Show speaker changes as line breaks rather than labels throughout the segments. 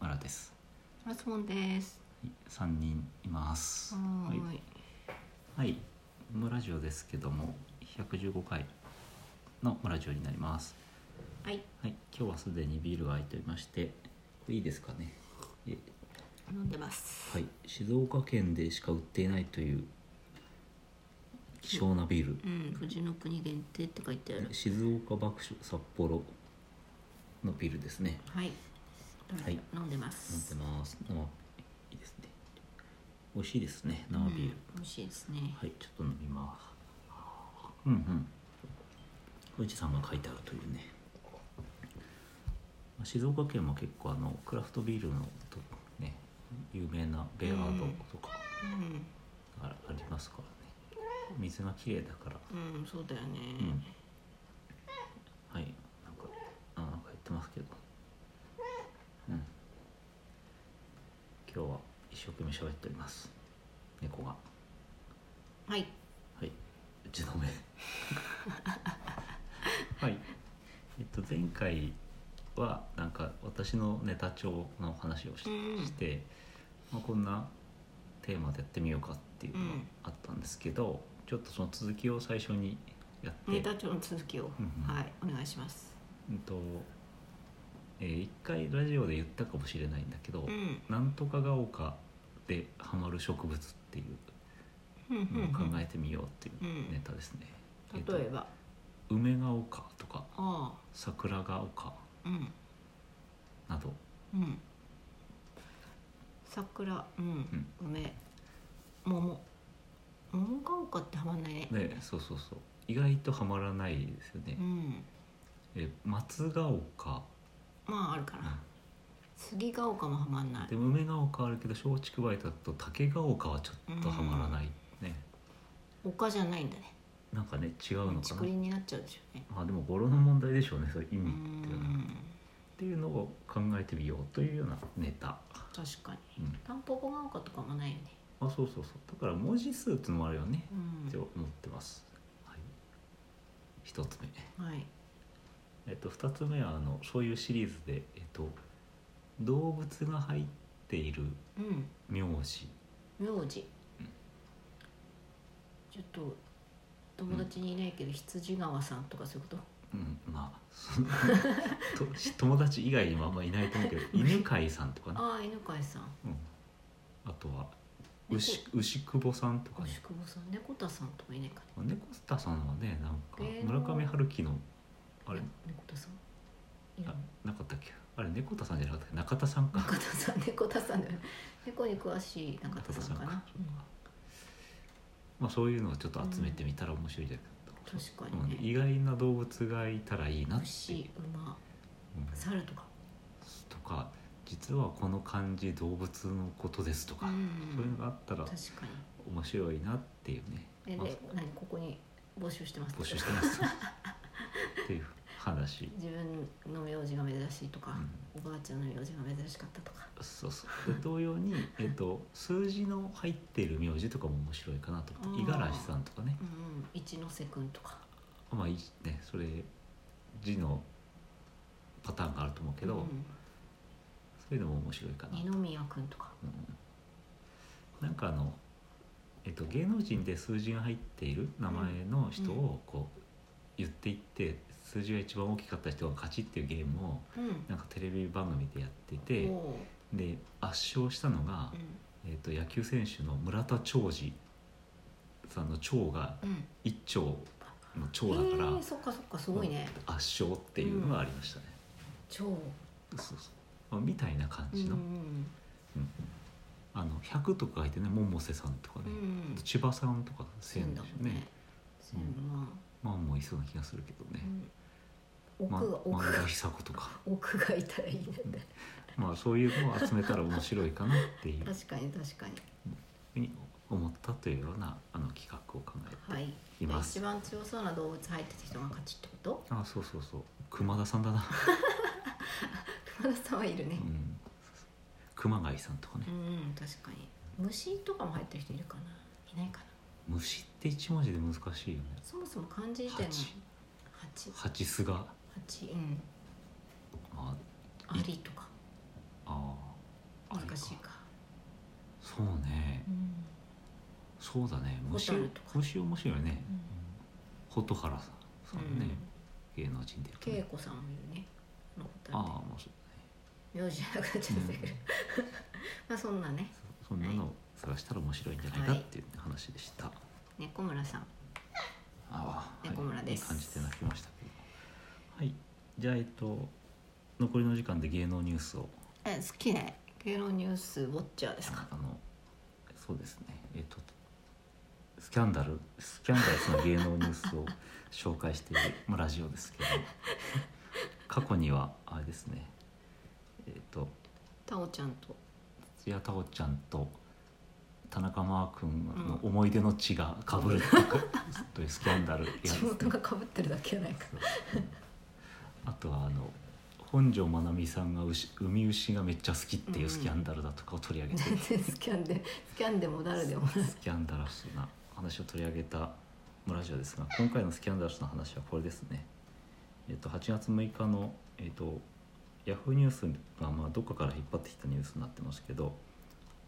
原です
マスモンです。
3人います
は
はい
い、
はい「ムラジオ」ですけども115回の「ムラジオ」になります
はい、
はい今日はすでにビールが空いておりましていいですかねえ
飲んでます。
はい静岡県でしか売っていないという希少なビール、
うん、富士の国限定って書いてある。
静岡爆笑札幌のビールですね
はい。
はい
飲んでま。
飲んですます生いいですね美味しいですね生ビール、
うん美味しいですね。
はいちょっと飲みますうんうん富士山が書いてあるというねまあ静岡県も結構あのクラフトビールのとね有名なベアードとかがありますからね水がきれいだから
うん、うん、そうだよね。
うんはいなんかあなんか言ってますけどうん今日は一生懸命喋っております猫が
はい。
はい打ちのめ はいえっと前回はなんか私のネタ帳の話をし,、
うん
て、まあ、こんなテーマでやってみようかっていうのがあったんですけど、ちょっとその続きを最初にやって
ネタ帳の続きを、
うんうん
はい、お願いします。
うんと、えー一回ラジオで言ったかもしれないんだけど、
うん、
なんとかが丘でハマる植物っていう
うん、う
のを考
ん、
えてみようっていうネタですね。
うん。
と
例えば、
梅が丘とか
あ
桜が丘
あ、うん、
など、
うん。桜、うん、梅、桃。桃が丘ってはまんないね。
ね、そうそうそう意外とハマらないですよね
う。ん。
え松が丘、
まああるか
う
な。
ん
杉が丘もはまんない
でも梅が丘あるけど松竹梅だと竹が丘はちょっとハマらないね、
丘じゃないんだね
なんかね違うのか
竹林
な。
になっちゃうでしょうね
まあでも語呂の問題でしょうねそれ意味っていう
う
のは。
ん
っていうのを考えてみようというようなネタ、
確かに
うん、
タンポポが丘とかもないよね
あそうそうそうだから文字数っていうのもあるよね、
うん
って思ってます、はい、一つ目
はい
えっと二つ目はあのそういうシリーズで、えっと、動物が入っている
うん
名字
名字ちょっと友達にいないけど羊川さんとかそういうこ
うんまあそと 友達以外にもあんまいないと思 うけど犬飼さんとか
と
ね、
ああ犬飼さん
うん、あとは牛牛久保さんとかね
牛久保さん猫田さんとかいないか
まあ猫田さんはねなんか
芸能
村上春樹のあれ
ね猫田さんいる
あなかったっけあれ猫田さんじゃなかったっけ中田さんか
中田さん 猫田さんだよね猫に詳しい中田さんか
中
な
そうかまあそういうのをちょっと集めてみたら面白いじゃないかな
確かにね
うん意外な動物がいたらいいなっていう
牛馬
うん
猿とか
とか実はこの漢字動物のことですとか、
うん
そういうのがあったら
確かに
面白いなっていうね、
え
まあ
で何ここに募集してます
募集してます っていう話
自分の名字が珍しいとか、おばあちゃんの名字が珍しかったとか
そうそうで同様に、えっと、数字の入っている名字とかも面白いかなと思って
あ
五
ー
十嵐さんとかね
うんうん一ノ瀬くんとか
まあいいねそれ字のパターンがあると思うけど、
うん
そういうのも面白いかなと、
二宮くんとか
うんなんかあの、えっと、芸能人で数字が入っている名前の人をこう言っていって数字が一番大きかった人が勝ちっていうゲームを
うん
なんかテレビ番組でやってて
おう
で圧勝したのが、えっと、野球選手の村田兆治さんの長が
うんうん
一丁の長
え
だから、
ー、そっかそっかすごいね、
圧勝っていうのがありましたね、
超
そうそう、まあ、みたいな感
うん
じ
う
の,、
ん
あの100とか書いてね百瀬さんとかね、
うん
千葉さんとか
千
千
だ
だ
も
し
ん
ね
ね千万、
まあもういそうな気がするけどね、
うん、
ま
奥が
前
奥
田
が
久子とか
奥がいたらいいねって
まあそういうのを集めたら面白いかなっていう
確かに確かに
ふうに思ったというようなあの企画を考えて、
はい
います
一番強そうな動物入ってた人が勝ちってこと
あそうそうそう熊田さんだな、
熊田さんはいるね
うん、熊谷さんとかね
う、ん確かに虫とかも入ってる人いるかないないかな
虫って一文字で難しいよね
そもそも漢字自体も
蜂
八
蜂巣が
八うん
あ
アリとか
あ
しいか、
そうね
うん、
そうだね虫
蛍とか
虫面白いね
うん
蛍原さんさんね、芸能人で言うと
恵
ね
子さんもいるねあの
ああ
方ね
もうそ
名字なくなっちゃったけど、 まあそんなね
そんなのを探したら面白いんじゃないかっていう話でした、
猫村さん
ああ、
猫村です
いい感じて泣きましたけどはいじゃあえっと残りの時間で芸能ニュースを
え好きね芸能ニュースウォッチャーですか
あのそうですねえっとスキャンダルスキャンダルスの芸能ニュースを紹介している、まあ、ラジオですけど過去にはあれですねえっと
タオちゃんと
土屋太鳳ちゃんと田中真央君の思い出の地がかぶるっていうかというスキャンダルやつ
地元がかぶってるだけじゃないか
あとはあの本上まなみさんが牛「海牛がめっちゃ好き」っていうスキャンダルだとかを取り上げて、
全然スキャンでスキャンでも誰でも
スキャンダラスな話を取り上げた村ジオですが今回のスキャンダラスの話はこれですね、えっと8月6日の、えっとヤフーニュースが、まあ、どっかから引っ張ってきたニュースになってますけど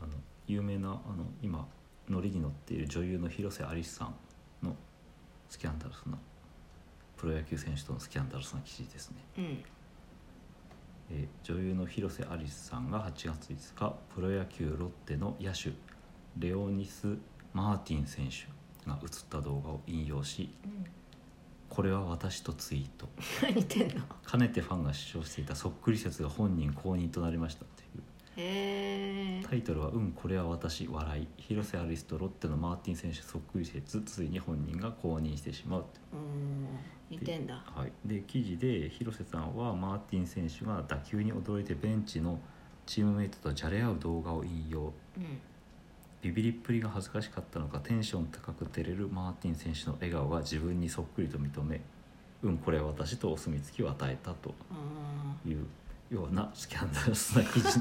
あの有名なあの今ノリに乗っている女優の広瀬アリスさんのスキャンダラスなプロ野球選手とのスキャンダラスな記事ですね。
うん
えー女優の広瀬アリスさんが8月5日プロ野球ロッテの野手レオニス・マーティン選手が映った動画を引用し
うん
「これは私」とツイート
何言ってんの
かねてファンが主張していたそっくり説が本人公認となりましたという
へえ
タイトルは「うんこれは私」笑い広瀬アリスとロッテのマーティン選手そっくり説ついに本人が公認してしまうと
うん似てんだ
はい、で記事で広瀬さんはマーティン選手が打球に驚いてベンチのチームメイトとじゃれ合う動画を引用
うん
ビビりっぷりが恥ずかしかったのかテンション高く照れるマーティン選手の笑顔が自分にそっくりと認め「うんこれは私」とお墨付きを与えたと
うん
いうようなスキャンダルスな記 事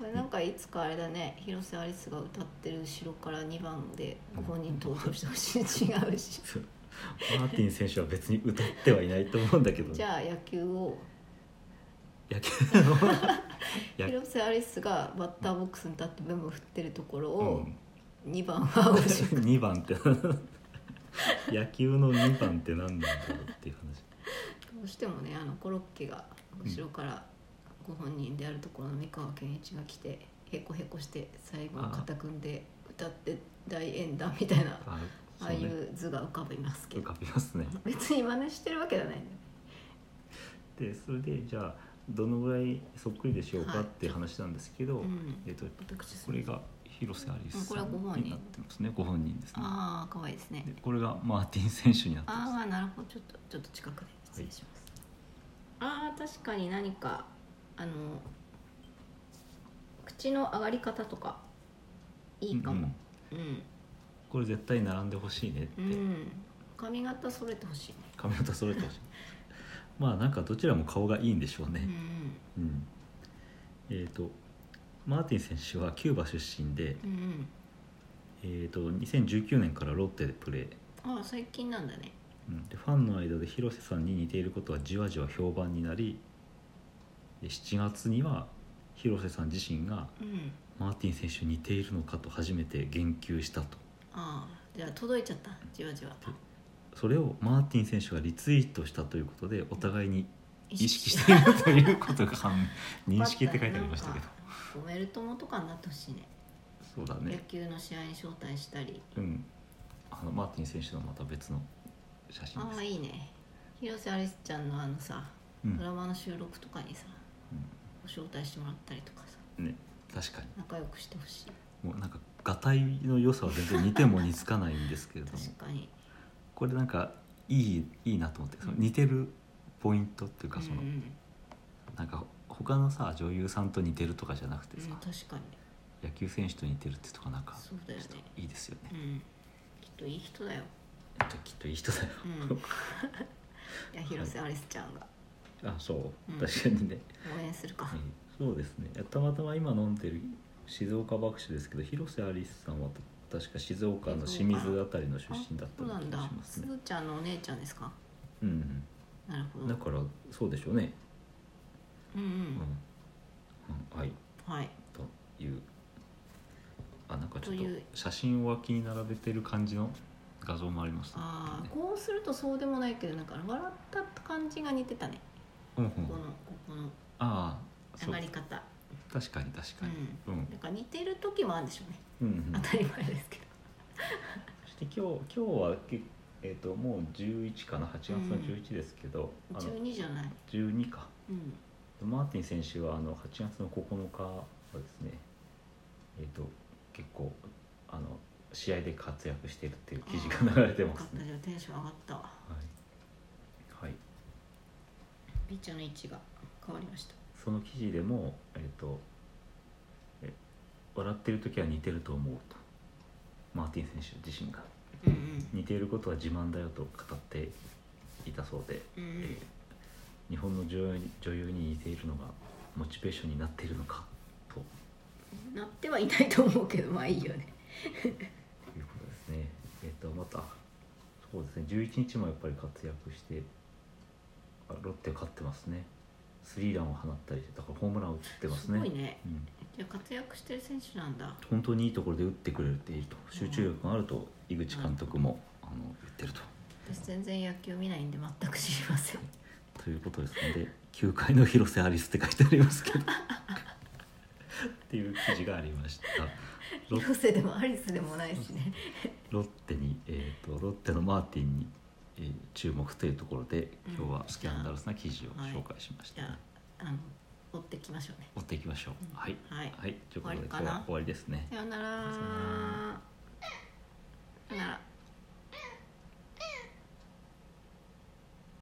これなんかいつかあれだね広瀬アリスが歌ってる後ろから2番でご本人登場してほしい違うし
マーティン選手は別に歌ってはいないと思うんだけど
じゃあ野球を
野球の野球
広瀬アリスがバッターボックスに立ってブンブン振ってるところ
う
を
ん
2番は青白く
2番って野球の2番って何なんだろうっていう話
どうしてもねあのコロッケが後ろからご本人であるところの三河健一が来てへこへこして最後肩組んで歌って大演談みたいな
あ
ああいう図が浮かびますけ
浮
ど
かびますね
別に真似してるわけじゃないんだよね
でそれでじゃあどのぐらいそっくりでしょう
は
か
い
っていう話なんですけど、
うん
えっと
私
これが広瀬アリスさ
うんこれはご本
ん
人
になってますねご本人ですね
ああ可愛いですね
でこれがマーティン選手になってます
ああなるほどちょっとちょっと近くで失礼します、ああ確かに何かあの口の上がり方とかいいか
うんう
も
ん
うん、
これ絶対並んでほしいねって、
うん髪型それてほしいね
髪型揃えてほしいまあなんかどちらも顔がいいんでしょうね、
うん
うん、えっ、とマーティン選手はキューバ出身で、
うんうん
えー、と2019年からロッテでプレー、
ああ最近なんだね
うんでファンの間で広瀬さんに似ていることはじわじわ評判になりで7月には広瀬さん自身が
うん
マーティン選手に似ているのかと初めて言及したと
ああじゃあ届いちゃったじわじわ
それをマーティン選手がリツイートしたということでお互いに意識しているということが判明認識って書いてありま したけど
ごメル友とかになってほしいね
そうだ
野
ね
球の試合に招待したり
うん、あのマーティン選手のまた別の写真
あ
で
あ
す。
いいね広瀬アリスちゃんのあのさ
う
ド
ん
ラマの収録とかにさ、
うん
ご招待してもらったりとかさ
ね、確か
仲良くしてほしい
にもうなんかがたいの良さは全然似ても似つかないんですけれども
確かに
これなんかいいいいなと思ってその似てるポイントっていうかその、
うんうん
なんか他のさ女優さんと似てるとかじゃなくて
うん
さ、
確かに
野球選手と似てるってとかなんか
そうだよね
ちょっといいですよね、
うんきっといい人だよ、
えっと、きっといい人だよ、
うんいや広瀬アリスちゃんが
あそううん確かにね、
応援するか、
うんそうですねたまたま今飲んでる静岡爆酒ですけど広瀬アリスさんは確か静岡の清水あたりの出
あ
身だった
そう
よう
な
な気
ん
が
だ
します
す
ね
ずちゃんのお姉ちゃんですか
うん、
なるほ
う
ど
ん、だからそうでしょうね、
うんう
うん
ん、
うんはい
はい
というあなんかちょっと
という
写真を脇に並べてる感じの画像もありましたね
ああこうするとそうでもないけどなんか上がった感じが似てたね
うんうん
ここのここの
ああそ
上
う
がり方
確かに確かにうん、
なんか似てる時もあるんでしょうね
うんうん
当たり前ですけど
そして今日今日はけえっ、ともう11かな8月の11ですけど、あの
12じゃない
12か
うん
マーティン選手はあの8月の9日はですね、えー、と結構あの試合で活躍しているっていう記事が流れて
よ
ま
かっ
す
た
ね。
じゃあテンション上がったわ
はい、はい、
ピッチャーの位置が変わりました
その記事でも、えーとえ笑ってる時は似てると思うとマーティン選手自身が
うん
似ていることは自慢だよと語っていたそうで、
うんう
え
ん
ー日本の女優に女優に似ているのがモチベーションになっているのかと
うんなってはいないと思うけどまあいいよね
ということですね。えっ、とまたそうですね。11日もやっぱり活躍して、あロッテ勝ってますね。スリーランを放ったりして、だからホームランを打ってます
す
ね。
ごいね
うん、
じゃあ活躍してる選手なんだ
本当にいいところで打ってくれるっていいと集中力があると井口監督も、あの言ってると。
私全然野球見ないんで全く知りません
ということですので9階の広瀬アリスって書いてありますけどっていう記事がありま したロ
広瀬でもアリスでもないしね
ロッテに、えー、とロッテのマーティンに、えー注目というところで
うん
今日はスキャンダルスな記事を紹介しまし
じ
た、
ゃああの追ってきましょうね
追っていきましょう、
うん
はい
はい
はいということで
終わり
今
かな
日は終わりですね
さようなら
さような
さようなら